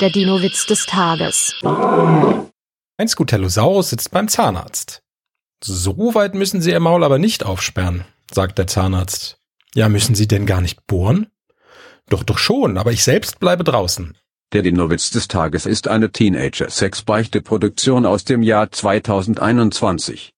Der Dino-Witz des Tages. Ein Scutellosaurus sitzt beim Zahnarzt. So weit müssen Sie Ihr Maul aber nicht aufsperren, sagt der Zahnarzt. Ja, müssen Sie denn gar nicht bohren? Doch, doch schon, aber ich selbst bleibe draußen. Der Dinowitz des Tages ist eine Teenager-Sex-Beichte-Produktion aus dem Jahr 2021.